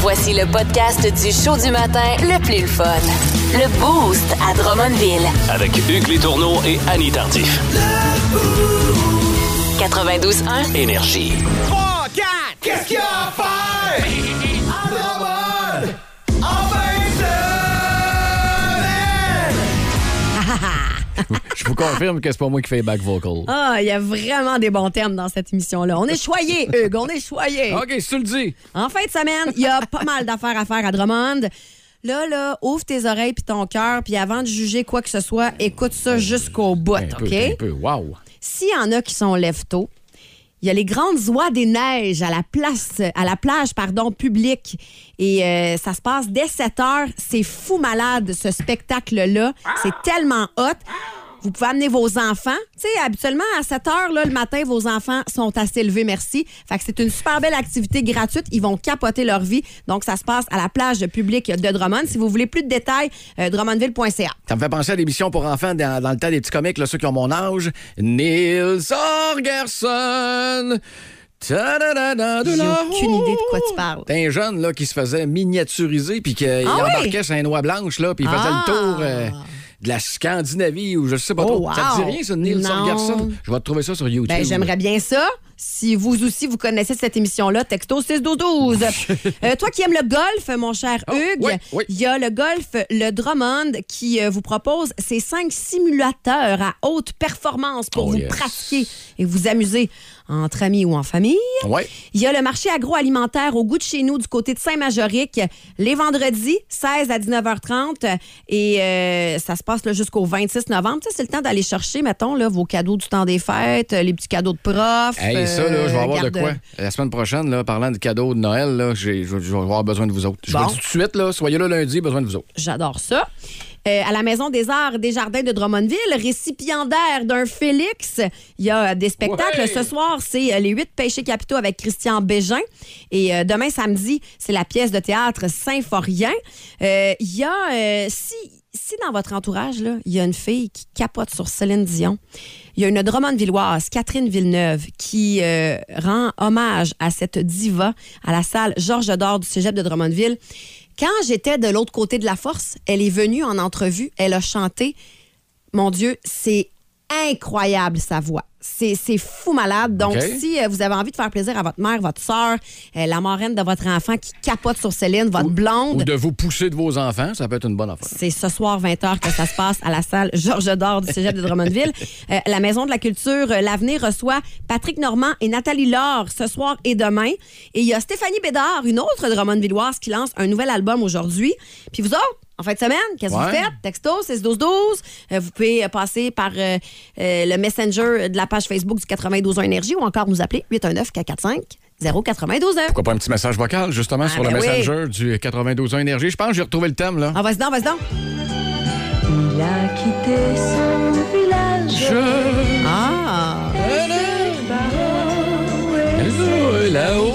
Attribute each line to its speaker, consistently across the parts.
Speaker 1: Voici le podcast du show du matin le plus le fun. Le Boost à Drummondville.
Speaker 2: Avec Hugues Létourneau et Annie Tardif.
Speaker 1: 92.1.
Speaker 2: Énergie.
Speaker 3: 3, 4, qu'est-ce qu'il y a à faire? À Drummond, en fin de semaine!
Speaker 4: Je vous confirme que c'est pas moi qui fais les back vocals.
Speaker 5: Ah, il y a vraiment des bons thèmes dans cette émission-là. On est choyés, Hugues, on est choyés.
Speaker 4: OK, si tu le dis.
Speaker 5: En fin de semaine, il y a pas mal d'affaires à faire à Drummond. Là, là, ouvre tes oreilles puis ton cœur, puis avant de juger quoi que ce soit, écoute ça jusqu'au bout,
Speaker 4: Un peu,
Speaker 5: OK?
Speaker 4: un peu. Wow.
Speaker 5: S'il y en a qui sont lève-tôt, il y a les grandes oies des neiges à la, place, à la plage pardon, publique. Et euh, ça se passe dès 7 heures. C'est fou malade, ce spectacle-là. C'est tellement hot. Vous pouvez amener vos enfants. Tu sais, habituellement, à 7 heures, là, le matin, vos enfants sont assez levés, merci. Fait que c'est une super belle activité gratuite. Ils vont capoter leur vie. Donc, ça se passe à la plage publique de Drummond. Si vous voulez plus de détails, euh, drummondville.ca.
Speaker 4: Ça me fait penser à l'émission pour enfants dans, dans le temps des petits comiques, là, ceux qui ont mon âge. Nils Holgersson. Ta-da-da-da, de
Speaker 5: J'ai
Speaker 4: la-
Speaker 5: aucune idée de quoi tu parles.
Speaker 4: T'es un jeune là, qui se faisait miniaturiser puis qu'il
Speaker 5: Ah oui?
Speaker 4: embarquait sur un noix blanche là, puis il faisait
Speaker 5: Ah.
Speaker 4: le tour euh, de la Scandinavie ou je sais pas
Speaker 5: Oh,
Speaker 4: trop. Ça te
Speaker 5: wow.
Speaker 4: dit rien, ça, Nils
Speaker 5: Non.
Speaker 4: Holgersson? Je vais te trouver ça sur YouTube.
Speaker 5: Ben, j'aimerais bien ça. Si vous aussi, vous connaissez cette émission-là, texto 61212. Euh, toi qui aimes le golf, mon cher Hugues, il
Speaker 4: oui, oui.
Speaker 5: y a le golf Le Drummond qui euh, vous propose ces cinq simulateurs à haute performance pour
Speaker 4: Oh,
Speaker 5: vous
Speaker 4: yes.
Speaker 5: pratiquer et vous amuser entre amis ou en famille.
Speaker 4: Ouais.
Speaker 5: Il y a le marché agroalimentaire au goût de chez nous du côté de Saint-Majoric les vendredis 16 à 19h30 et euh, ça se passe là, jusqu'au 26 novembre. Ça, c'est le temps d'aller chercher, mettons, là, vos cadeaux du temps des fêtes, euh, les petits cadeaux de profs.
Speaker 4: Hey, ça, là,
Speaker 5: euh,
Speaker 4: je vais avoir
Speaker 5: garde-
Speaker 4: de quoi. La semaine prochaine, là, parlant de cadeaux de Noël, là, j'ai- je, je vais avoir besoin de vous autres. Je vous
Speaker 5: Bon.
Speaker 4: le dis tout de suite, là, soyez là lundi, besoin de vous autres.
Speaker 5: J'adore ça. Euh, à la Maison des Arts des Jardins de Drummondville, récipiendaire d'un Félix. Il y a euh, des spectacles.
Speaker 4: Ouais.
Speaker 5: Ce soir, c'est euh, Les Huit péchés capitaux avec Christian Bégin. Et euh, demain, samedi, c'est la pièce de théâtre Symphorien. Euh, Il y a, euh, si, si dans votre entourage, là, il y a une fille qui capote sur Céline Dion, il y a une Drummondvilloise, Catherine Villeneuve, qui euh, rend hommage à cette diva à la salle Georges d'Or du cégep de Drummondville. Quand j'étais de l'autre côté de la force, elle est venue en entrevue, elle a chanté. Mon Dieu, c'est incroyable sa voix. C'est c'est fou malade. Donc,
Speaker 4: OK.
Speaker 5: si euh, vous avez envie de faire plaisir à votre mère, votre soeur, la marraine de votre enfant qui capote sur Céline, votre blonde,
Speaker 4: Ou de vous pousser de vos enfants, ça peut être une bonne affaire.
Speaker 5: c'est ce soir 20h que ça se passe à la salle Georges d'Or du Cégep de Drummondville. Euh, la Maison de la Culture, euh, l'Avenir reçoit Patrick Normand et Nathalie Laure ce soir et demain. Et il y a Stéphanie Bédard, une autre Drummondvilloise, qui lance un nouvel album aujourd'hui. Puis vous autres, en fin de semaine, qu'est-ce que vous
Speaker 4: Ouais.
Speaker 5: faites? Texto 61212. 12 vous pouvez euh, passer par euh, euh, le messenger de la page Facebook du 92 Énergie ou encore nous appeler 819 445 0921.
Speaker 4: Pourquoi pas un petit message vocal, justement, sur
Speaker 5: ben
Speaker 4: le
Speaker 5: oui.
Speaker 4: Messenger du 92.1 Énergie? Je pense que j'ai retrouvé le thème, là.
Speaker 5: Ah, vas-y donc, vas-y donc.
Speaker 6: Il a quitté son village.
Speaker 4: Je
Speaker 5: Ah!
Speaker 4: Hein? vais là-haut.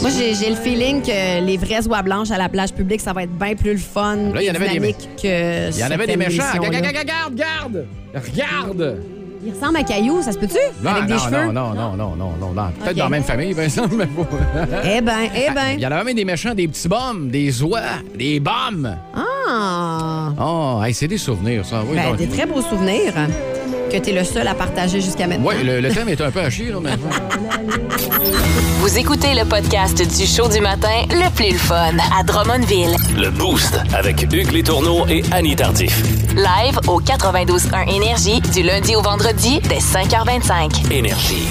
Speaker 5: Moi, j'ai j'ai le feeling que les vraies oies blanches à la plage publique, ça va être bien plus le fun,
Speaker 4: Là, il y en avait des-
Speaker 5: dynamique que
Speaker 4: Il y en avait des méchants. Regarde, regarde, regarde! Regarde!
Speaker 5: Il ressemble à Caillou, ça se peut-tu?
Speaker 4: Non,
Speaker 5: Avec des
Speaker 4: non,
Speaker 5: cheveux?
Speaker 4: non, non, non, non, non, non, non. Peut-être
Speaker 5: OK.
Speaker 4: dans la même famille, par exemple, mais bon.
Speaker 5: Eh ben, eh
Speaker 4: Ah, Il y
Speaker 5: ben.
Speaker 4: en avait même des méchants, des petits bombes, des oies, des bombes.
Speaker 5: Ah!
Speaker 4: Oh, hey, c'est des souvenirs, ça. Oui,
Speaker 5: Ben,
Speaker 4: donc-
Speaker 5: des très beaux souvenirs que t'es le seul à partager jusqu'à maintenant.
Speaker 4: Oui, le, le thème est un peu à chier, là, mais.
Speaker 1: Vous écoutez le podcast du show du matin le plus le fun à Drummondville.
Speaker 2: Le Boost avec Hugues Létourneau et Annie Tardif.
Speaker 1: Live au 92.1 Énergie du lundi au vendredi dès 5h25.
Speaker 2: Énergie.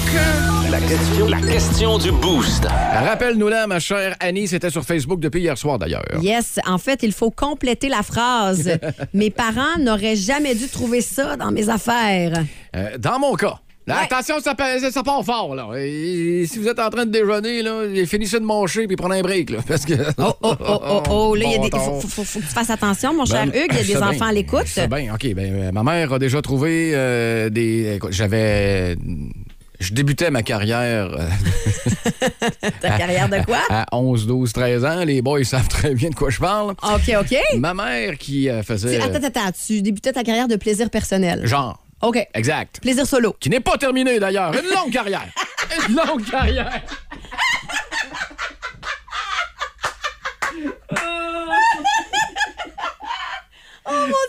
Speaker 2: La question, la question du Boost.
Speaker 4: Rappelle-nous-la, ma chère Annie, c'était sur Facebook depuis hier soir, d'ailleurs.
Speaker 5: Yes, en fait, il faut compléter la phrase. mes parents n'auraient jamais dû trouver ça dans mes affaires.
Speaker 4: Euh, dans mon cas. là,
Speaker 5: Ouais.
Speaker 4: Attention, ça, pa- ça part fort, là. Et si vous êtes en train de déjeuner, là, finissez de manger puis prenez un break, là. Parce que.
Speaker 5: Oh, oh, oh, oh, oh. Là, il y a des...
Speaker 4: Bâtard.
Speaker 5: faut, faut- faut- faut que tu fasses attention, mon cher
Speaker 4: Ben,
Speaker 5: Hugues. Il y a
Speaker 4: je sais
Speaker 5: des enfants
Speaker 4: bien,
Speaker 5: à l'écoute.
Speaker 4: je sais bien, OK. Ben, euh, ma mère a déjà trouvé euh, des. écoute, J'avais. Je débutais ma carrière euh,
Speaker 5: Ta carrière de quoi?
Speaker 4: à 11, 12, 13 ans. Les boys savent très bien de quoi je parle.
Speaker 5: OK, OK.
Speaker 4: Ma mère qui euh,
Speaker 5: Tu-
Speaker 4: faisait.
Speaker 5: attends, attends, tu débutais ta carrière de plaisir personnel.
Speaker 4: Genre.
Speaker 5: OK.
Speaker 4: Exact.
Speaker 5: Plaisir solo.
Speaker 4: qui n'est pas terminée d'ailleurs. Une longue carrière. Une longue carrière.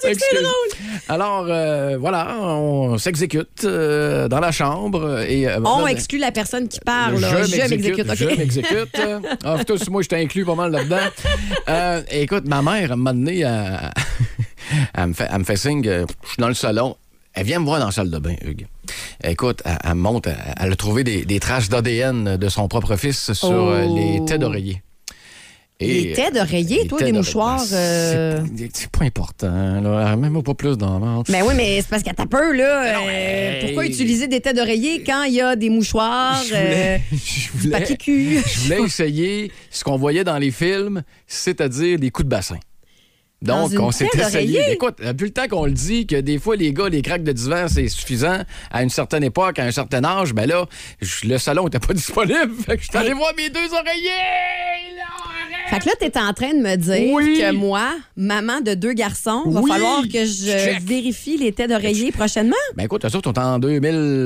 Speaker 5: c'est que c'est
Speaker 4: Excuse.
Speaker 5: drôle.
Speaker 4: Alors, euh, voilà, on s'exécute euh, dans la chambre. Et, euh,
Speaker 5: On
Speaker 4: là,
Speaker 5: exclut la personne qui parle. là.
Speaker 4: Je m'exécute.
Speaker 5: OK.
Speaker 4: Je m'exécute. Ah, tous, moi, je t'inclus pas mal là-dedans. Euh, écoute, ma mère, à un moment donné, elle, elle me, fait, elle me fait signe que je suis dans le salon. Elle vient me voir dans la salle de bain, Hugues. Écoute, elle, elle me montre, elle- elle a trouvé des, des traces d'ADN de son propre fils sur
Speaker 5: Oh.
Speaker 4: euh, les têtes d'oreiller.
Speaker 5: Les têtes d'oreiller,
Speaker 4: les
Speaker 5: toi,
Speaker 4: têtes
Speaker 5: des
Speaker 4: d'oreiller.
Speaker 5: mouchoirs,
Speaker 4: Ben, c'est
Speaker 5: euh,
Speaker 4: pas- C'est pas important, là. Même pas plus dans le monde.
Speaker 5: Mais Ben oui, mais c'est parce qu'à ta peur, là.
Speaker 4: Ben non,
Speaker 5: euh,
Speaker 4: mais-
Speaker 5: Pourquoi utiliser des têtes d'oreiller quand il y a des mouchoirs,
Speaker 4: Je voulais-
Speaker 5: euh,
Speaker 4: je
Speaker 5: du
Speaker 4: voulais-
Speaker 5: papier cul?
Speaker 4: je voulais essayer ce qu'on voyait dans les films, c'est-à-dire des coups de bassin.
Speaker 5: Dans
Speaker 4: Donc,
Speaker 5: une
Speaker 4: on s'est
Speaker 5: tête
Speaker 4: essayé.
Speaker 5: d'oreiller?
Speaker 4: Écoute, depuis le temps qu'on le dit, que des fois, les gars, les craques de divan, c'est suffisant à une certaine époque, à un certain âge, ben là, je- le salon n'était pas disponible. Fait que je suis allé voir mes deux oreillers! là, arrête!
Speaker 5: Fait que là, t'es en train de me dire
Speaker 4: Oui.
Speaker 5: que moi, maman de deux garçons, va
Speaker 4: Oui.
Speaker 5: falloir que je
Speaker 4: Check.
Speaker 5: vérifie les têtes d'oreiller prochainement.
Speaker 4: Ben écoute, eux autres, on est en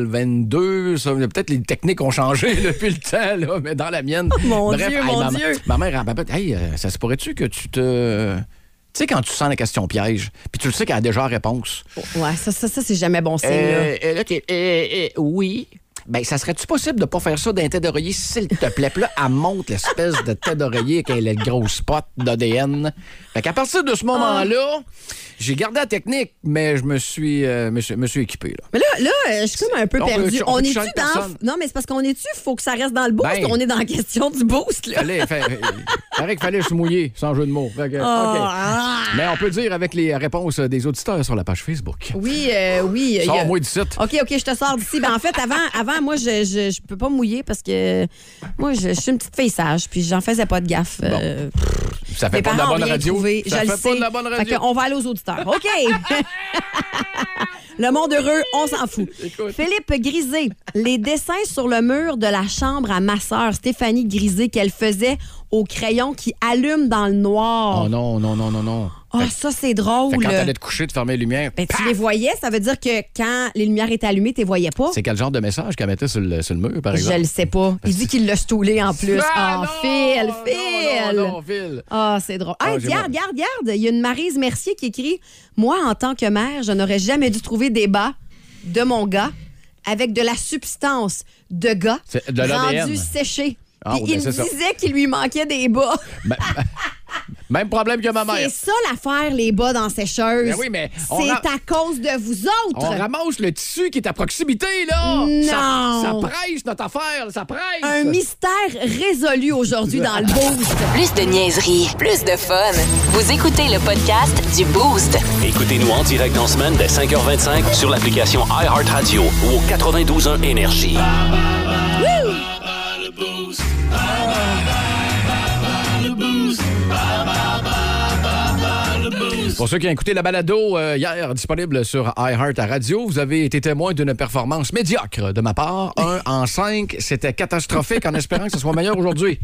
Speaker 4: 2022. ça, Peut-être les techniques ont changé depuis le temps, là, mais dans la mienne.
Speaker 5: Oh mon Dieu, mon
Speaker 4: ma,
Speaker 5: Dieu.
Speaker 4: ma mère, elle m'appelle. Hey, euh, ça se pourrait-tu que tu te. Tu sais, quand tu sens la question piège, puis tu le sais qu'elle a déjà la réponse.
Speaker 5: Ouais, ça, ça, ça c'est jamais bon signe, là.
Speaker 4: Euh, euh, OK. Euh, euh, oui. Ben, ça serait-tu possible de pas faire ça d'un tête d'oreiller, s'il te plaît? Puis là, elle monte l'espèce de tête d'oreiller qu'elle a le gros spot d'ADN. Fait qu'à partir de ce
Speaker 5: Ah.
Speaker 4: moment-là, j'ai gardé la technique, mais je me suis, euh, me suis, me suis équipé, là.
Speaker 5: Mais là, là, euh, je suis comme un peu
Speaker 4: On peut-
Speaker 5: perdue.
Speaker 4: on
Speaker 5: On
Speaker 4: peut
Speaker 5: est-tu
Speaker 4: changer de
Speaker 5: dans.
Speaker 4: personne.
Speaker 5: Non, mais c'est parce qu'on est-tu, faut que ça reste dans le boost.
Speaker 4: Ben.
Speaker 5: On est dans la question du boost, là.
Speaker 4: Fallait, fa- paraît qu'il fallait se mouiller, sans jeu de mots. Fait que, OK.
Speaker 5: ah.
Speaker 4: Mais on peut dire avec les réponses des auditeurs sur la page Facebook.
Speaker 5: Oui, euh, oui. il y a-
Speaker 4: Sors-moi du site.
Speaker 5: OK, OK, je te sors d'ici. Ben, en fait, avant, avant moi, je, je, je peux pas mouiller parce que moi, je, je suis une petite fille sage, puis j'en faisais pas de gaffe. Euh,
Speaker 4: Ça fait
Speaker 5: mes
Speaker 4: pas de la
Speaker 5: parents ont
Speaker 4: bonne
Speaker 5: rien
Speaker 4: radio.
Speaker 5: trouvé,
Speaker 4: Ça
Speaker 5: je le
Speaker 4: fait pas
Speaker 5: sais.
Speaker 4: de la bonne
Speaker 5: Fait
Speaker 4: radio.
Speaker 5: que on va aller aux auditeurs. OK! le monde heureux, on s'en fout. Philippe Grisé, les dessins sur le mur de la chambre à ma sœur Stéphanie Grisé qu'elle faisait au crayon qui allume dans le noir.
Speaker 4: Oh non, non, non, non, non.
Speaker 5: Ah,
Speaker 4: Fait que-
Speaker 5: ça, c'est
Speaker 4: fait
Speaker 5: drôle.
Speaker 4: que quand t'allais te coucher, de fermer les lumières,
Speaker 5: Ben, tu les voyais, ça veut dire que quand les lumières étaient allumées, tu les voyais pas.
Speaker 4: c'est quel genre de message qu'elle mettait sur le, sur le mur, par
Speaker 5: Je
Speaker 4: exemple?
Speaker 5: le sais pas. Il dit qu'il l'a stoulé en plus.
Speaker 4: Ben
Speaker 5: Ah,
Speaker 4: non,
Speaker 5: Phil,
Speaker 4: non,
Speaker 5: Phil!
Speaker 4: Non, non, Phil.
Speaker 5: Ah, c'est drôle.
Speaker 4: Ah,
Speaker 5: Hey,
Speaker 4: j'ai
Speaker 5: regarde,
Speaker 4: mal.
Speaker 5: regarde, regarde. Il y a une Marise Mercier qui écrit Moi, en tant que mère, je n'aurais jamais dû trouver des bas de mon gars avec de la substance de gars
Speaker 4: C'est de l'ADN.
Speaker 5: rendu séché.
Speaker 4: Ah,
Speaker 5: Puis
Speaker 4: oui, ben,
Speaker 5: il
Speaker 4: c'est ça.
Speaker 5: disait qu'il lui manquait des bas.
Speaker 4: Même problème que ma mère.
Speaker 5: C'est ça l'affaire, les bas dans sécheuse.
Speaker 4: Ben oui, mais on
Speaker 5: c'est
Speaker 4: a-
Speaker 5: à cause de vous
Speaker 4: On
Speaker 5: autres.
Speaker 4: ramasse le tissu qui est à proximité, là!
Speaker 5: Non.
Speaker 4: Ça, ça presse, notre affaire, ça presse!
Speaker 5: Un mystère résolu aujourd'hui dans le boost.
Speaker 1: Plus de niaiserie, plus de fun. Vous écoutez le podcast du Boost.
Speaker 2: Écoutez-nous en direct en semaine dès 5h25 sur l'application iHeartRadio ou au 92.1 Énergie.
Speaker 4: Pour ceux qui ont écouté la balado euh, hier, disponible sur iHeart à radio, vous avez été témoin d'une performance médiocre de ma part. Un en cinq, c'était catastrophique en espérant que ce soit meilleur aujourd'hui.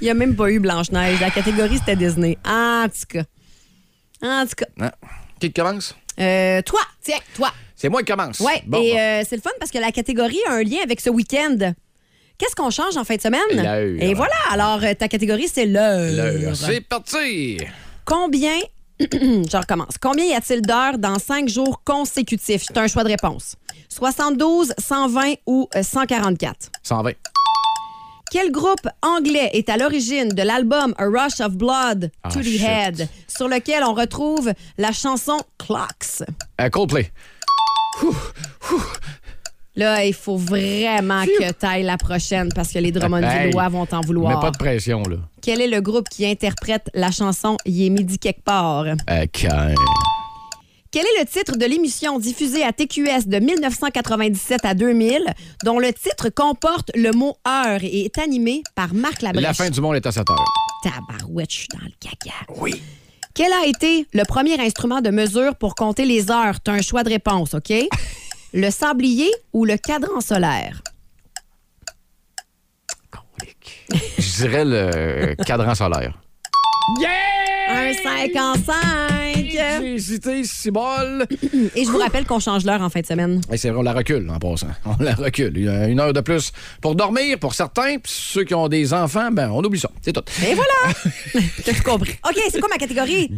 Speaker 5: Il n'y a même pas eu Blanche-Neige. La catégorie, c'était Disney. En tout cas. En tout cas.
Speaker 4: Hein? Qui commence?
Speaker 5: Euh, toi, tiens, toi.
Speaker 4: C'est moi qui commence.
Speaker 5: Ouais,
Speaker 4: Bon,
Speaker 5: et
Speaker 4: bon.
Speaker 5: euh, c'est le fun parce que la catégorie a un lien avec ce week-end. Qu'est-ce qu'on change en fin de semaine?
Speaker 4: L'heure.
Speaker 5: Et voilà, alors euh, ta catégorie, c'est l'heure.
Speaker 4: L'heure, c'est parti!
Speaker 5: Combien, je recommence, combien y a-t-il d'heures dans cinq jours consécutifs? C'est un choix de réponse. 72, 120 ou euh, 144.
Speaker 4: 120.
Speaker 5: Quel groupe anglais est à l'origine de l'album A Rush of Blood
Speaker 4: Ah,
Speaker 5: to the
Speaker 4: shit.
Speaker 5: Head, sur lequel on retrouve la chanson Clocks?
Speaker 4: Euh, Coldplay.
Speaker 5: Là, il faut vraiment que t'ailles la prochaine parce que les Drummond
Speaker 4: Ben, Hey,
Speaker 5: Villois vont t'en vouloir.
Speaker 4: Mais pas de pression, là.
Speaker 5: Quel est le groupe qui interprète la chanson Il est midi quelque part?
Speaker 4: OK.
Speaker 5: Ah, Quel est le titre de l'émission diffusée à TQS de 1997 à 2000, dont le titre comporte le mot heure et est animé par Marc Labrèche?
Speaker 4: La fin du monde est à 7 heures.
Speaker 5: Tabarouette, je suis dans le caca.
Speaker 4: Oui.
Speaker 5: Quel a été le premier instrument de mesure pour compter les heures? T'as un choix de réponse, OK? le sablier ou le cadran solaire?
Speaker 4: Je dirais le euh, cadran solaire.
Speaker 5: Un 55!
Speaker 4: J'ai hésité, si bol.
Speaker 5: Et je vous rappelle qu'on change l'heure en fin de semaine.
Speaker 4: Hey, c'est vrai, on la recule en passant. On la recule. Il y a Une heure de plus pour dormir, pour certains. Puis ceux qui ont des enfants, ben on oublie ça. C'est tout.
Speaker 5: Et voilà! T'as tout compris. OK, c'est quoi ma catégorie?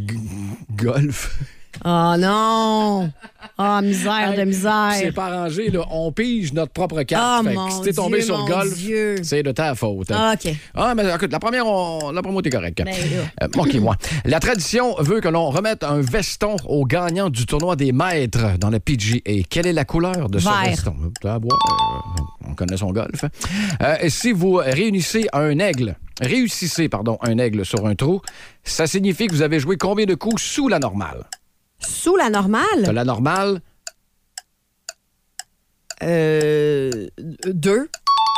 Speaker 4: Golf.
Speaker 5: Oh non! Oh, misère de
Speaker 4: Hey, puis C'est
Speaker 5: misère.
Speaker 4: pas arrangé, là. On pige notre propre
Speaker 5: Ah,
Speaker 4: carte. Fait que
Speaker 5: mon
Speaker 4: si t'es tombé
Speaker 5: Dieu,
Speaker 4: sur
Speaker 5: mon
Speaker 4: le golf,
Speaker 5: Dieu.
Speaker 4: c'est de ta faute.
Speaker 5: Ah, OK.
Speaker 4: Ah, mais écoute, la première, on... la promo, t'es correcte.
Speaker 5: Ben, là.
Speaker 4: Euh, Manquez-moi. La tradition veut que l'on remette un veston au gagnant du tournoi des maîtres dans le PGA. Quelle est la couleur de ce
Speaker 5: Vert.
Speaker 4: veston? Ah, bon, euh, on connaît son golf. Euh, et si vous réunissez un aigle, réussissez, pardon, un aigle sur un trou, ça signifie que vous avez joué combien de coups sous la normale?
Speaker 5: Sous la
Speaker 4: T'as
Speaker 5: normale,
Speaker 4: la normale,
Speaker 5: euh, deux.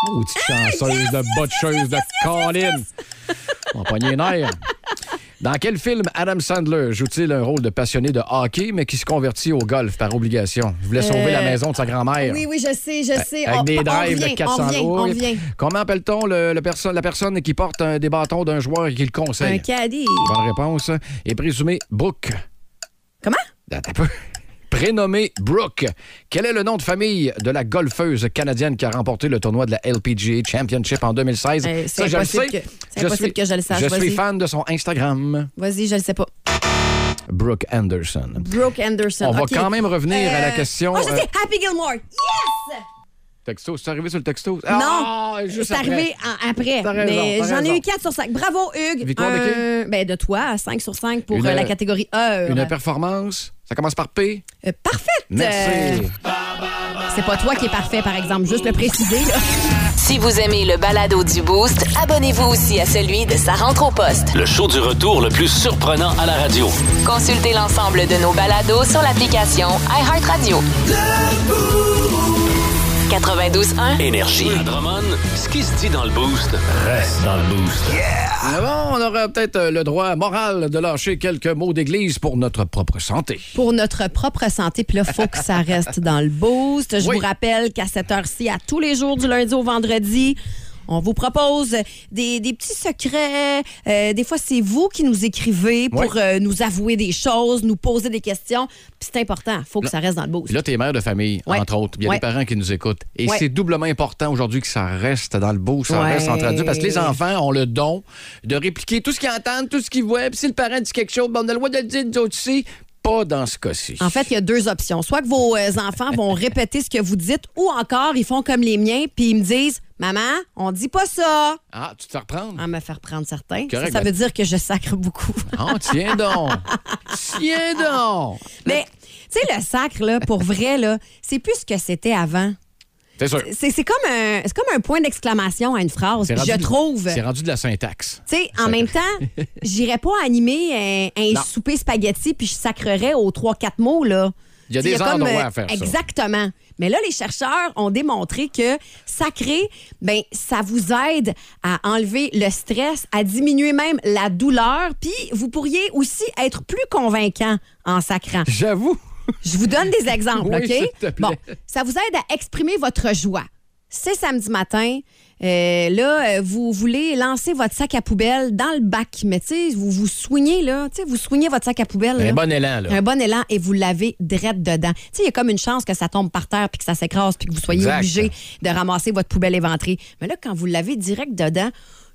Speaker 4: Maudite chanceuse de botcheuse de Colin. On va pogner une air. Dans quel film Adam Sandler joue-t-il un rôle de passionné de hockey, mais qui se convertit au golf par obligation? Il voulait sauver
Speaker 5: Euh,
Speaker 4: la maison de sa grand-mère.
Speaker 5: Oui, oui, je sais, je sais.
Speaker 4: Eh, Avec
Speaker 5: On-
Speaker 4: des
Speaker 5: on
Speaker 4: drives
Speaker 5: revient,
Speaker 4: de 400
Speaker 5: On vient,
Speaker 4: roues.
Speaker 5: on vient.
Speaker 4: Comment appelle-t-on le, le perso- la personne qui porte un- des bâtons d'un joueur et qui le conseille?
Speaker 5: Un caddie.
Speaker 4: Bonne réponse. Et présumé Brooke.
Speaker 5: Comment?
Speaker 4: Attends un peu. Prénommé Brooke. Quel est le nom de famille de la golfeuse canadienne qui a remporté le tournoi de la LPGA Championship en 2016?
Speaker 5: Eh, c'est
Speaker 4: Ça, je le sais.
Speaker 5: impossible que- c'est impossible que je le sache.
Speaker 4: Je suis
Speaker 5: Vas-y.
Speaker 4: fan de son Instagram,
Speaker 5: Vas-y, je le sais pas.
Speaker 4: Brooke Anderson.
Speaker 5: Brooke Anderson.
Speaker 4: On va
Speaker 5: OK.
Speaker 4: quand même revenir à la
Speaker 5: Euh,
Speaker 4: question.
Speaker 5: Oh, je
Speaker 4: euh,
Speaker 5: sais, Happy Gilmore. Yes!
Speaker 4: texto. C'est arrivé sur le texto? Ah,
Speaker 5: non,
Speaker 4: juste
Speaker 5: c'est arrivé en- après.
Speaker 4: T'as raison,
Speaker 5: mais
Speaker 4: t'as
Speaker 5: j'en ai
Speaker 4: raison.
Speaker 5: eu 4 sur 5. Bravo, Hugues.
Speaker 4: Victoire de qui?
Speaker 5: Un- Ben, de toi, 5 sur 5 pour
Speaker 4: Une-
Speaker 5: euh, la catégorie heure.
Speaker 4: Une performance. Ça commence par P.
Speaker 5: Euh, parfaite.
Speaker 4: Merci.
Speaker 5: Euh, c'est pas toi qui est parfait, par exemple. Juste le préciser. là.
Speaker 1: Si vous aimez le balado du Boost, abonnez-vous aussi à celui de Sa rentre au poste.
Speaker 2: Le show du retour le plus surprenant à la radio.
Speaker 1: Consultez l'ensemble de nos balados sur l'application iHeartRadio. 92.1,
Speaker 2: Énergie. À Drummond, ce qui se dit dans le boost reste dans le boost.
Speaker 4: Mais bon, on aurait peut-être euh, le droit moral de lâcher quelques mots d'église pour notre propre santé.
Speaker 5: pour notre propre santé. Puis là, faut que ça reste dans le boost. Je
Speaker 4: Oui.
Speaker 5: vous rappelle qu'à cette heure-ci, à tous les jours du lundi au vendredi, on vous propose des, des petits secrets. Euh, des fois, c'est vous qui nous écrivez pour
Speaker 4: Oui.
Speaker 5: euh, nous avouer des choses, nous poser des questions. Puis c'est important. faut que ça reste dans le boost.
Speaker 4: Là, t'es mère de famille,
Speaker 5: Ouais.
Speaker 4: entre autres. Il y a
Speaker 5: Ouais.
Speaker 4: des parents qui nous écoutent. Et
Speaker 5: Ouais.
Speaker 4: c'est doublement important aujourd'hui que ça reste dans le beau, ça
Speaker 5: Ouais.
Speaker 4: reste entre adultes. Parce que les enfants ont le don de répliquer tout ce qu'ils entendent, tout ce qu'ils voient. Puis si le parent dit quelque chose, ben, on a le droit de le dire, nous autres aussi. Pas dans ce cas-ci.
Speaker 5: En fait, il y a deux options. Soit que vos euh, enfants vont répéter ce que vous dites, ou encore ils font comme les miens, puis ils me disent Maman, on dit pas ça.
Speaker 4: Ah, tu te fais reprendre?
Speaker 5: À me faire prendre certains. Ça,
Speaker 4: Correct,
Speaker 5: ça
Speaker 4: ben-
Speaker 5: veut dire que je sacre beaucoup.
Speaker 4: Ah, tiens donc! tiens donc!
Speaker 5: Mais, tu sais, le sacre, là, pour vrai, là, c'est plus ce que c'était avant.
Speaker 4: C'est sûr.
Speaker 5: C'est c'est comme, un- c'est comme un point d'exclamation à une phrase,
Speaker 4: C'est rendu-
Speaker 5: je trouve.
Speaker 4: C'est rendu de la syntaxe.
Speaker 5: Tu sais, en même temps, j'irais pas animer un, un
Speaker 4: Non.
Speaker 5: souper spaghetti puis je sacrerais aux trois, quatre mots, là.
Speaker 4: Il y a
Speaker 5: Tu sais,
Speaker 4: des
Speaker 5: comme,
Speaker 4: endroits
Speaker 5: euh,
Speaker 4: à faire ça.
Speaker 5: Exactement. Mais là, les chercheurs ont démontré que sacrer, ben, ça vous aide à enlever le stress, à diminuer même la douleur, puis vous pourriez aussi être plus convaincant en sacrant.
Speaker 4: J'avoue!
Speaker 5: Je vous donne des exemples,
Speaker 4: Oui,
Speaker 5: OK?
Speaker 4: s'il te plaît.
Speaker 5: Bon, ça vous aide à exprimer votre joie. C'est samedi matin. euh, là, euh, vous voulez lancer votre sac à poubelle dans le bac, mais tu sais, vous vous soignez, là. Tu sais, vous soignez votre sac à poubelle. là.
Speaker 4: Un bon élan, là.
Speaker 5: Un bon élan et vous l'avez drette dedans. Tu sais, il y a comme une chance que ça tombe par terre puis que ça s'écrase puis que vous soyez
Speaker 4: Exact.
Speaker 5: obligé de ramasser votre poubelle éventrée. Mais là, quand vous l'avez direct dedans,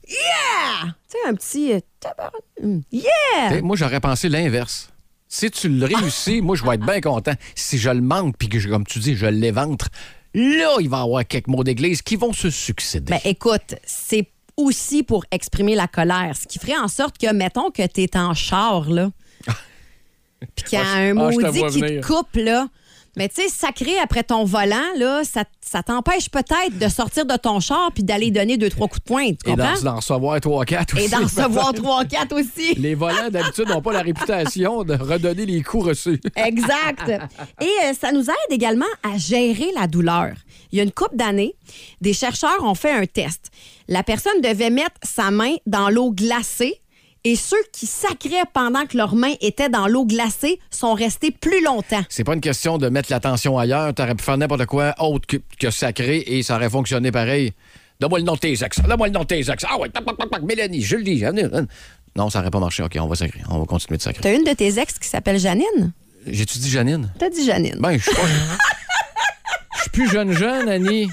Speaker 5: yeah! Tu sais, un petit. euh, tabarn- hum, Yeah!
Speaker 4: T'sais, moi, j'aurais pensé l'inverse. Si tu le réussis,
Speaker 5: Ah!
Speaker 4: moi, je vais être bien content. Si je le manque, puis que, je- comme tu dis, je l'éventre, là, il va y avoir quelques mots d'église qui vont se succéder.
Speaker 5: Ben, écoute, c'est aussi pour exprimer la colère, ce qui ferait en sorte que, mettons que tu es en char, là, puis qu'il y a
Speaker 4: Ah, je-
Speaker 5: un
Speaker 4: ah, je te
Speaker 5: maudit
Speaker 4: vois
Speaker 5: qui
Speaker 4: venir.
Speaker 5: te coupe, là. Mais tu sais, sacré après ton volant, là, ça, ça t'empêche peut-être de sortir de ton char puis d'aller donner deux, trois coups de poing, tu
Speaker 4: Et d'en
Speaker 5: eh, comprends?
Speaker 4: d'en recevoir 3-4 aussi.
Speaker 5: Et d'en recevoir trois, quatre aussi.
Speaker 4: Les volants, d'habitude, n'ont pas la réputation de redonner les coups reçus.
Speaker 5: Exact. Et euh, ça nous aide également à gérer la douleur. Il y a une couple d'années, des chercheurs ont fait un test. La personne devait mettre sa main dans l'eau glacée et ceux qui sacraient pendant que leurs mains étaient dans l'eau glacée sont restés plus longtemps.
Speaker 4: C'est pas une question de mettre l'attention ailleurs. T'aurais pu faire n'importe quoi autre que, que sacré et ça aurait fonctionné pareil. Donne-moi le nom de tes ex. Donne-moi le nom de tes ex. Ah ouais, tac, tac, tac, tac, Mélanie, je le dis. venez, venez. Non, ça aurait pas marché. OK, on va sacrer. On va continuer de sacrer.
Speaker 5: T'as une de tes ex qui s'appelle Janine?
Speaker 4: J'ai-tu dit Janine?
Speaker 5: T'as dit Janine.
Speaker 4: Ben, je suis pas- Je suis plus jeune jeune, Annie.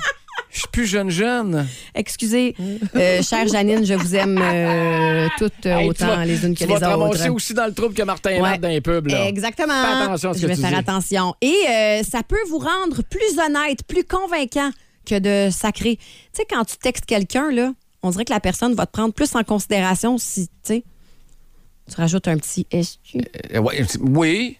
Speaker 4: Je suis plus jeune jeune.
Speaker 5: Excusez, euh, chère Janine, je vous aime euh, toutes euh,
Speaker 4: Hey, tu
Speaker 5: autant
Speaker 4: vas-
Speaker 5: les unes que
Speaker 4: tu
Speaker 5: les
Speaker 4: vas te ramasser
Speaker 5: autres. hein.
Speaker 4: aussi dans le trouble que Martin
Speaker 5: Ouais.
Speaker 4: Latte dans les pubs. Là.
Speaker 5: Exactement.
Speaker 4: Fais attention à ce
Speaker 5: je
Speaker 4: que
Speaker 5: vais
Speaker 4: tu
Speaker 5: faire
Speaker 4: dis.
Speaker 5: attention. Et euh, ça peut vous rendre plus honnête, plus convaincant que de sacrer. Tu sais, quand tu textes quelqu'un, là, on dirait que la personne va te prendre plus en considération si, tu sais, tu rajoutes un petit SQ.
Speaker 4: Euh, ouais, c'est- oui,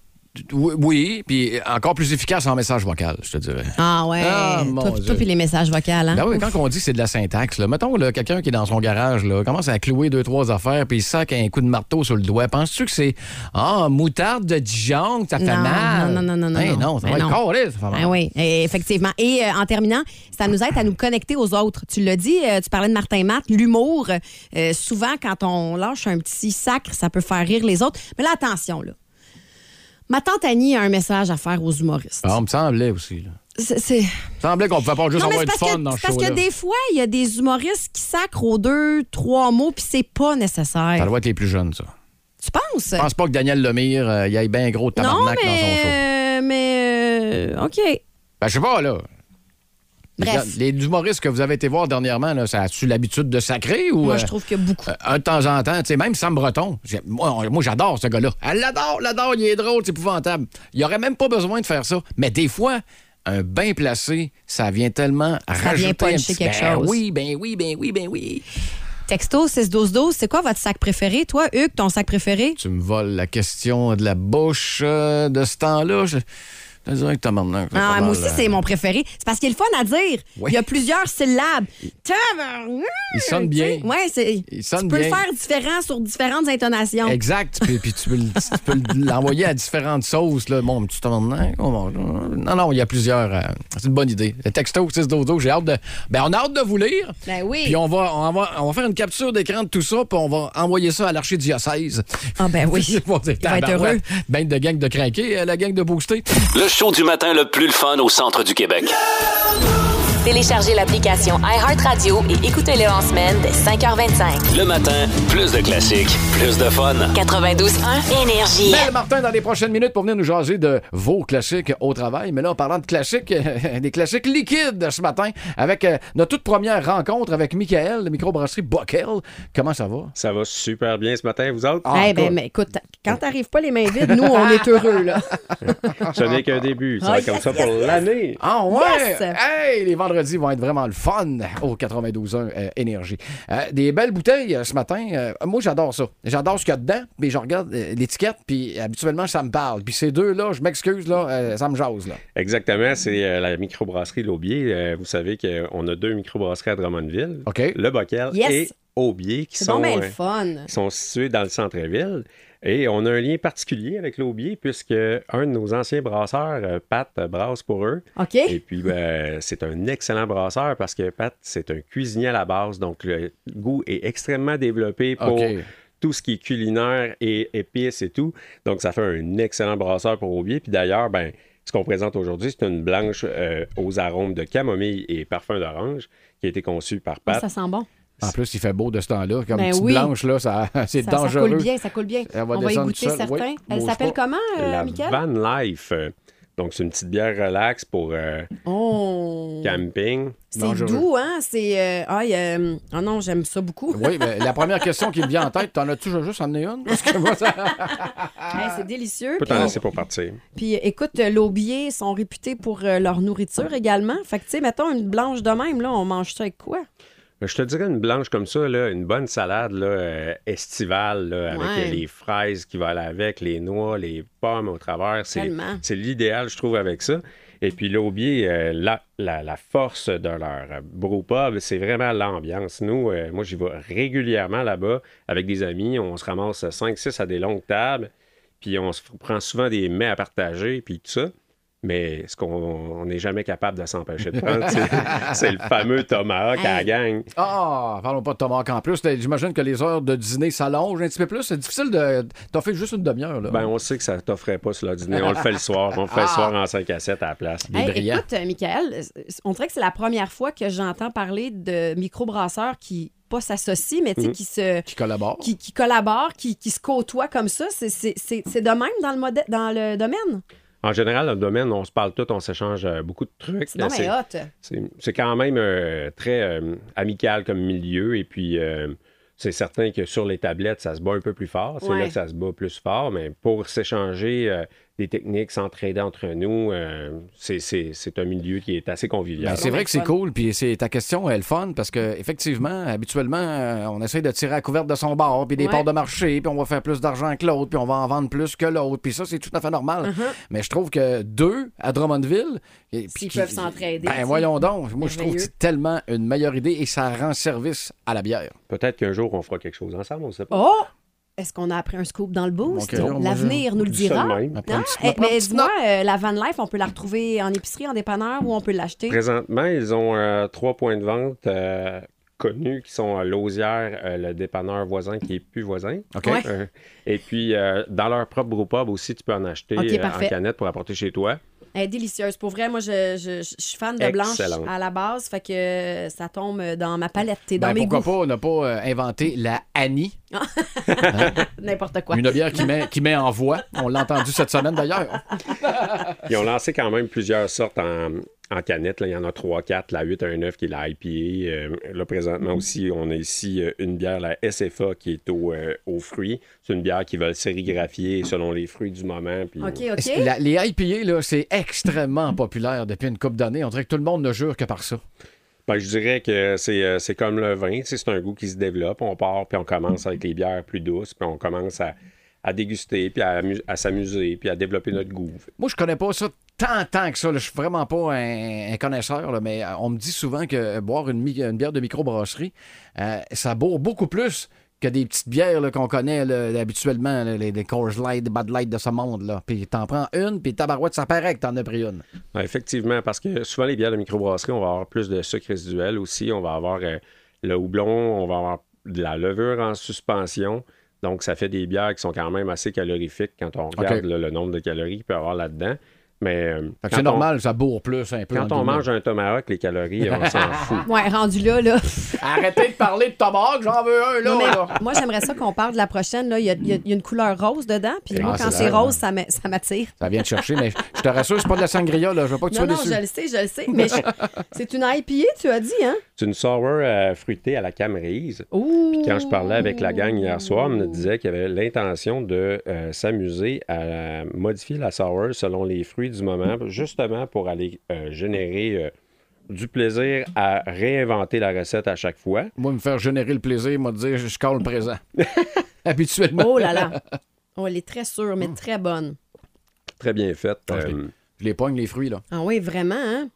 Speaker 4: oui, oui, puis encore plus efficace en message vocal, je te dirais.
Speaker 5: Ah ouais.
Speaker 4: Ah, mon
Speaker 5: toi,
Speaker 4: Dieu.
Speaker 5: toi puis les messages vocaux, hein?
Speaker 4: Ben oui, quand on dit que c'est de la syntaxe, là, mettons là, quelqu'un qui est dans son garage, là, commence à clouer deux, trois affaires, puis il sac un coup de marteau sur le doigt. Penses-tu que c'est Ah, moutarde de Dijon, que ça fait
Speaker 5: Non,
Speaker 4: mal?
Speaker 5: non, non, non, non,
Speaker 4: Hey,
Speaker 5: non.
Speaker 4: non, ça
Speaker 5: Ben
Speaker 4: va être
Speaker 5: non.
Speaker 4: calé, ça fait mal.
Speaker 5: Ben oui, eh, effectivement. Et euh, en terminant, ça nous aide à nous connecter aux autres. Tu l'as dit, euh, tu parlais de Martin Matt, l'humour. euh, souvent, quand on lâche un petit sacre, ça peut faire rire les autres. Mais là, attention, là. Ma tante Annie a un message à faire aux humoristes.
Speaker 4: Ah, il me semblait aussi. Là.
Speaker 5: C'est- c'est-
Speaker 4: Il me semblait qu'on pouvait pas juste
Speaker 5: Non, mais
Speaker 4: envoyer
Speaker 5: c'est
Speaker 4: du
Speaker 5: parce,
Speaker 4: fun
Speaker 5: que,
Speaker 4: dans ce
Speaker 5: c'est parce que
Speaker 4: show-là.
Speaker 5: des fois, il y a des humoristes qui sacrent aux deux, trois mots, puis c'est pas
Speaker 4: Ça
Speaker 5: nécessaire.
Speaker 4: doit être les plus jeunes, ça.
Speaker 5: Tu penses?
Speaker 4: Je pense pas que Daniel Lemire euh, y aille bien gros de
Speaker 5: non,
Speaker 4: tabarnak dans son show.
Speaker 5: mais. euh, mais. euh, OK.
Speaker 4: Ben, je sais pas, là.
Speaker 5: Bref.
Speaker 4: Les les humoristes que vous avez été voir dernièrement, là, ça a-tu l'habitude de sacrer ou.
Speaker 5: Moi,
Speaker 4: euh,
Speaker 5: je trouve que beaucoup.
Speaker 4: euh, un de temps en temps, tu sais, même Sam Breton, j'ai- moi, on- moi, j'adore ce gars-là. Elle l'adore, l'adore, il est drôle, c'est épouvantable. Il aurait même pas besoin de faire ça. Mais des fois, un bain placé, ça vient tellement
Speaker 5: vient
Speaker 4: rajouter un
Speaker 5: puncher
Speaker 4: petit-
Speaker 5: quelque
Speaker 4: ben
Speaker 5: chose.
Speaker 4: Oui, ben oui, ben oui, ben oui.
Speaker 5: Texto 6-12-12, c'est quoi votre sac préféré? Toi, Hugues, ton sac préféré?
Speaker 4: Tu me voles la question de la bouche euh, de ce temps-là. Je, je te dirais que t'as maintenant. que c'est
Speaker 5: Ah,
Speaker 4: pas
Speaker 5: moi
Speaker 4: mal,
Speaker 5: aussi,
Speaker 4: euh,
Speaker 5: c'est mon préféré. C'est parce qu'il est le fun à dire.
Speaker 4: Oui.
Speaker 5: Il y a plusieurs syllabes.
Speaker 4: Il sonne bien.
Speaker 5: Oui, c'est.
Speaker 4: Il sonne
Speaker 5: tu peux
Speaker 4: bien.
Speaker 5: le faire différent sur différentes intonations.
Speaker 4: Exact. Puis, puis tu peux, le- tu peux le- l'envoyer à différentes sauces. Là. Bon, tu te demandes, hein, comment- Non, non, il y a plusieurs. euh, c'est une bonne idée. Le texto 6 dodo, j'ai hâte de. Ben, on a hâte de vous lire.
Speaker 5: Ben oui.
Speaker 4: Puis on va, on va, on va faire une capture d'écran de tout ça, puis on va envoyer ça à l'archidiocèse.
Speaker 5: Ah, ben oui.
Speaker 4: Ils vont dire,
Speaker 5: Il va être
Speaker 4: tabarouette,
Speaker 5: heureux.
Speaker 4: Ben de gang de craquer, euh, la gang de booster.
Speaker 2: Le show du matin le plus le fun au centre du Québec.
Speaker 1: Téléchargez l'application iHeartRadio et écoutez-le en semaine dès 5h25.
Speaker 2: Le matin, plus de classiques, plus de fun.
Speaker 1: 92.1 Énergie.
Speaker 4: Mel Martin dans les prochaines minutes pour venir nous jaser de vos classiques au travail. Mais là, en parlant de classiques, euh, des classiques liquides ce matin avec euh, notre toute première rencontre avec Michael de microbrasserie Bockel. Comment ça va?
Speaker 7: Ça va super bien ce matin, vous autres?
Speaker 5: Eh
Speaker 3: Ah.
Speaker 4: Ah,
Speaker 5: ben, mais écoute,
Speaker 4: Oh.
Speaker 5: quand t'arrives pas les mains vides, nous, on est heureux, là.
Speaker 7: Ce n'est qu'un début. Ça
Speaker 5: Ah,
Speaker 7: va être comme
Speaker 5: yes,
Speaker 7: ça pour l'année.
Speaker 4: Ah ouais!
Speaker 5: Yes!
Speaker 4: Hey, les vendredis vont être vraiment le fun au 92.1 euh, Énergie. Euh, des belles bouteilles euh, ce matin. Euh, moi, j'adore ça. J'adore ce qu'il y a dedans, mais je regarde euh, l'étiquette, puis habituellement, ça me parle. Puis ces deux-là, je m'excuse, là, euh, ça me jase, là.
Speaker 7: Exactement, c'est euh, la microbrasserie L'Aubier. Euh, vous savez qu'on a deux microbrasseries à Drummondville.
Speaker 4: OK.
Speaker 7: Le Bocal
Speaker 5: Yes.
Speaker 7: et Aubier qui
Speaker 5: C'est
Speaker 7: sont,
Speaker 5: bon, mais
Speaker 7: euh,
Speaker 5: le fun.
Speaker 7: qui sont situés dans le centre-ville. Et on a un lien particulier avec l'Aubier puisque un de nos anciens brasseurs, euh, Pat, euh, brasse pour eux.
Speaker 5: OK?
Speaker 7: Et puis, ben, c'est un excellent brasseur parce que Pat, c'est un cuisinier à la base. Donc, le goût est extrêmement développé pour
Speaker 4: OK.
Speaker 7: tout ce qui est culinaire et épices et tout. Donc, ça fait un excellent brasseur pour Aubier. Puis d'ailleurs, ben, ce qu'on présente aujourd'hui, c'est une blanche euh, aux arômes de camomille et parfum d'orange qui a été conçue par
Speaker 5: Ah,
Speaker 7: Pat.
Speaker 5: ça sent bon.
Speaker 4: En plus, il fait beau de ce temps-là. Comme
Speaker 5: Ben
Speaker 4: une petite
Speaker 5: oui.
Speaker 4: blanche, là, ça, c'est
Speaker 5: Ça, ça
Speaker 4: dangereux.
Speaker 5: coule bien, ça coule bien.
Speaker 4: Elle va
Speaker 5: on va y
Speaker 4: descendre
Speaker 5: goûter
Speaker 4: seule,
Speaker 5: certains.
Speaker 4: oui.
Speaker 5: Elle
Speaker 4: Bouge
Speaker 5: s'appelle
Speaker 4: pas.
Speaker 5: comment, euh,
Speaker 7: la
Speaker 5: Mickaël?
Speaker 7: Van Life. euh, Donc, c'est une petite bière relax pour euh,
Speaker 5: Oh!
Speaker 7: camping.
Speaker 5: C'est
Speaker 4: Dangereux.
Speaker 5: doux, hein? C'est. euh, ah, il y a, hum, ah non, j'aime ça beaucoup.
Speaker 4: Oui, mais la première question qui me vient en tête, t'en as-tu juste amené une? Parce que moi, ça...
Speaker 5: Hey, Ah, c'est délicieux.
Speaker 7: Peut
Speaker 5: Puis,
Speaker 7: t'en laisser pour partir.
Speaker 5: puis, écoute, euh, l'aubier sont réputés pour euh, leur nourriture également. Fait que, tu sais, mettons une blanche de même, là, on mange ça avec quoi?
Speaker 7: Je te dirais une blanche comme ça, là, une bonne salade là, euh, estivale là, avec
Speaker 5: Ouais.
Speaker 7: euh, les fraises qui vont aller avec, les noix, les pommes au travers. C'est,
Speaker 5: Tellement.
Speaker 7: c'est l'idéal, je trouve, avec ça. Et puis l'aubier, euh, la, la- la force de leur euh, brew pub, c'est vraiment l'ambiance. Nous, euh, moi, j'y vais régulièrement là-bas avec des amis. On se ramasse 5-6 à des longues tables. Puis on se prend souvent des mets à partager, puis tout ça. Mais ce qu'on on n'est jamais capable de s'empêcher de prendre, c'est, c'est le fameux tomahawk à la
Speaker 5: Hey.
Speaker 7: gang.
Speaker 4: Ah, parlons pas de tomahawk en plus. J'imagine que les heures de dîner s'allongent un petit peu plus. C'est difficile de... T'as fait juste une demi-heure, là.
Speaker 7: Ben, on sait que ça t'offrait pas sur le dîner. On le fait le soir. On le fait le soir en 5 à 7 à la place.
Speaker 5: Hey,
Speaker 4: brillants.
Speaker 5: écoute, euh, Michael, euh, on dirait que c'est la première fois que j'entends parler de microbrasseurs qui, pas s'associent, mais tu sais, qui se.
Speaker 4: Qui collabore.
Speaker 5: Qui, qui collaborent, qui, qui se côtoient comme ça. C'est c'est- c'est- c'est de même dans le, modè- dans le domaine.
Speaker 7: En général, dans le domaine, on se parle tout, on s'échange euh, beaucoup de trucs.
Speaker 5: C'est non, mais hot.
Speaker 7: c'est- c'est quand même euh, très euh, amical comme milieu. Et puis, euh, c'est certain que sur les tablettes, ça se bat un peu plus fort. C'est
Speaker 5: Ouais.
Speaker 7: là que ça se bat plus fort. Mais pour s'échanger euh, des techniques, s'entraider entre nous, euh, c'est- c'est c'est un milieu qui est assez
Speaker 4: Ben,
Speaker 7: convivial.
Speaker 4: c'est vrai que c'est
Speaker 5: fun.
Speaker 4: cool, puis c'est ta question elle est le fun parce que effectivement, habituellement, euh, on essaie de tirer à couverte de son bord, puis des
Speaker 5: Ouais.
Speaker 4: ports de marché, puis on va faire plus d'argent que l'autre, puis on va en vendre plus que l'autre, puis ça c'est tout à fait normal.
Speaker 5: Uh-huh.
Speaker 4: Mais je trouve que deux à Drummondville, et- puis
Speaker 5: S'ils
Speaker 4: qui-
Speaker 5: peuvent s'entraider, tu
Speaker 4: Ben
Speaker 5: sais.
Speaker 4: voyons donc, moi je trouve que
Speaker 5: Merveilleux.
Speaker 4: c'est tellement une meilleure idée et ça rend service à la bière.
Speaker 7: Peut-être qu'un jour, on fera quelque chose ensemble, on ne sait pas.
Speaker 5: Oh! Est-ce qu'on a appris un scoop dans le boost?
Speaker 4: Ok, là, on
Speaker 5: L'avenir nous le
Speaker 7: Dis ça
Speaker 5: dira.
Speaker 7: de même.
Speaker 4: Après, un
Speaker 5: Non?
Speaker 4: petit-
Speaker 5: Eh,
Speaker 4: après, un
Speaker 5: mais
Speaker 4: petit
Speaker 5: dis-moi, euh, la van life, on peut la retrouver en épicerie, en dépanneur, ou on peut l'acheter.
Speaker 7: Présentement, ils ont euh, trois points de vente euh, connus qui sont euh, Lausière, euh, le dépanneur voisin qui est plus voisin.
Speaker 4: OK.
Speaker 5: Ouais.
Speaker 7: Euh, et puis, euh, dans leur propre groupe pub aussi, tu peux en acheter
Speaker 5: Ok,
Speaker 7: euh, en
Speaker 5: parfait.
Speaker 7: canette pour apporter chez toi.
Speaker 5: Elle est délicieuse. Pour vrai, moi, je, je- je- je suis fan de blanche
Speaker 7: Excellente.
Speaker 5: à la base, fait que euh, ça tombe dans ma palette et dans
Speaker 4: Ben,
Speaker 5: mes
Speaker 4: pourquoi
Speaker 5: goûts.
Speaker 4: pas, on n'a pas euh, inventé la Annie,
Speaker 5: N'importe quoi.
Speaker 4: une bière qui met, qui met en voix. On l'a entendu cette semaine d'ailleurs.
Speaker 7: Ils ont lancé quand même plusieurs sortes en, en canette. là. Il y en a 3, 4, la 8, 1, 9 qui est la IPA. Euh, là,
Speaker 5: Mm-hmm.
Speaker 7: présentement aussi, on a ici euh, une bière, la SFA, qui est au, euh, aux fruits. C'est une bière qui va le sérigraphier selon les fruits du moment. Puis,
Speaker 5: OK, OK. Mhm.
Speaker 4: La- les IPA, là, c'est extrêmement populaire depuis une couple d'années. On dirait que tout le monde ne jure que par ça.
Speaker 7: Ben, je dirais que c'est, euh, c'est comme le vin, tu sais, c'est un goût qui se développe. On part, puis on commence avec les bières plus douces, puis on commence à, à déguster, puis à, amu- à s'amuser, puis à développer notre goût.
Speaker 4: Moi, je connais pas ça tant, tant que ça. là. Je suis vraiment pas un, un connaisseur, là, mais euh, on me dit souvent que euh, boire une, mi- une bière de microbrasserie, euh, ça bourre beaucoup plus que des petites bières là, qu'on connaît là, habituellement, là, les, les Coors Light, les Bud Light de ce monde. Là. Puis t'en prends une, puis tabarouette, ça paraît que t'en as pris une.
Speaker 7: Ouais, effectivement, parce que souvent, les bières de microbrasserie, on va avoir plus de sucre résiduel aussi. On va avoir euh, le houblon, on va avoir de la levure en suspension. Donc, ça fait des bières qui sont quand même assez calorifiques quand on regarde là, le nombre de calories qu'il peut y avoir là-dedans. Mais euh,
Speaker 4: Fait que
Speaker 7: quand
Speaker 4: c'est
Speaker 7: on-
Speaker 4: normal, ça bourre plus un peu.
Speaker 7: Quand
Speaker 4: en
Speaker 7: on
Speaker 4: guillemets.
Speaker 7: mange un tomahawk, les calories, on s'en fout.
Speaker 5: Ouais, rendu là, là.
Speaker 4: Arrêtez de parler de tomahawk, j'en veux un, là.
Speaker 5: Non, mais
Speaker 4: là.
Speaker 5: moi, j'aimerais ça qu'on parle de la prochaine. Là. Il, y a, il y a- il y a une couleur rose dedans. Puis
Speaker 4: Ah,
Speaker 5: moi, quand
Speaker 4: c'est
Speaker 5: c'est
Speaker 4: vrai,
Speaker 5: rose, ça m'a- ça m'attire.
Speaker 4: Ça vient de chercher, mais je te rassure, c'est pas de la sangria, là. Je veux pas que tu
Speaker 5: Non,
Speaker 4: sois
Speaker 5: non,
Speaker 4: déçu.
Speaker 5: je le sais, je le sais. Mais je- c'est une IPA, tu as dit, hein?
Speaker 7: C'est une sour euh, fruitée à la Camerise.
Speaker 5: Ouh!
Speaker 7: Puis quand je parlais avec la gang hier soir, on me disait qu'il y avait l'intention de euh, s'amuser à modifier la sour selon les fruits du moment, justement pour aller euh, générer euh, du plaisir à réinventer la recette à chaque fois.
Speaker 4: Moi, me faire générer le plaisir, moi, de dire je score le présent. Habituellement.
Speaker 5: Oh là là! Oh, elle est très sûre, mais très bonne.
Speaker 7: Très bien faite.
Speaker 4: je l'ai-
Speaker 7: Euh,
Speaker 4: Je les pogne, les fruits, là.
Speaker 5: Ah oui, vraiment, hein?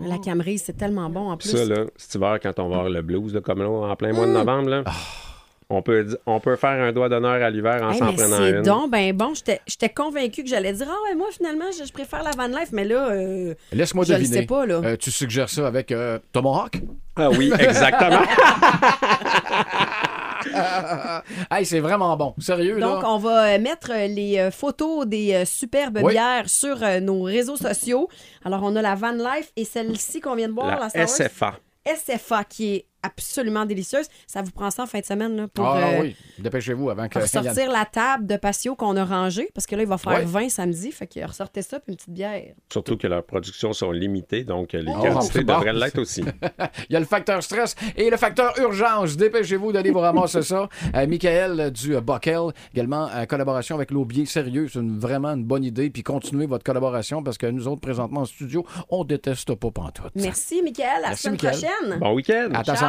Speaker 5: La
Speaker 4: Mmh.
Speaker 5: Camerise, c'est tellement bon en
Speaker 7: Puis
Speaker 5: plus.
Speaker 7: ça, là, cet hiver, quand on va avoir le blues, là, comme là, en plein
Speaker 5: Mm.
Speaker 7: mois de novembre, là, on, peut, di- on peut faire un doigt d'honneur à l'hiver en
Speaker 5: Hey,
Speaker 7: s'en
Speaker 5: mais
Speaker 7: prenant
Speaker 5: c'est
Speaker 7: une.
Speaker 5: donc ben bon. J'étais j'étais convaincue que j'allais dire Ah ouais, moi finalement, je, je préfère la van life, mais là, euh,
Speaker 4: Laisse-moi
Speaker 5: Je le
Speaker 4: deviner.
Speaker 5: sais pas, là.
Speaker 4: Euh, tu suggères ça avec euh, Tomahawk?
Speaker 7: Ah oui, exactement.
Speaker 4: Hey, c'est vraiment bon. Sérieux, là.
Speaker 5: donc
Speaker 4: Ah,
Speaker 5: on va euh, mettre euh, les euh, photos des euh, superbes
Speaker 4: Oui.
Speaker 5: bières sur euh, nos réseaux sociaux. Alors on a la van life et celle-ci qu'on vient de boire, la,
Speaker 7: la
Speaker 5: Sour
Speaker 7: SFA.
Speaker 5: SFA qui est absolument délicieuse. Ça vous prend ça en fin de semaine là, pour,
Speaker 4: Ah
Speaker 5: euh,
Speaker 4: oui, dépêchez-vous avant que.
Speaker 5: pour sortir la table de patio qu'on a rangée parce que là il va faire
Speaker 4: Ouais.
Speaker 5: 20 samedi, fait que ressortez ça puis une petite bière.
Speaker 7: Surtout que leurs productions sont limitées, donc euh, les
Speaker 4: Oh,
Speaker 7: quantités
Speaker 4: bon.
Speaker 7: devraient l'être aussi.
Speaker 4: Il y a le facteur stress et le facteur urgence. Dépêchez-vous d'aller vous ramasser ça. Euh, Michael du euh, Bockel, également en collaboration avec l'Aubier. Sérieux, c'est une- vraiment une bonne idée. Puis continuez votre collaboration parce que nous autres, présentement en studio, on déteste pas pantoute.
Speaker 5: Merci Michael, à la
Speaker 4: Merci,
Speaker 5: semaine
Speaker 4: Michael.
Speaker 5: prochaine.
Speaker 7: Bon week-end!
Speaker 4: À ta
Speaker 5: Ciao.
Speaker 4: santé.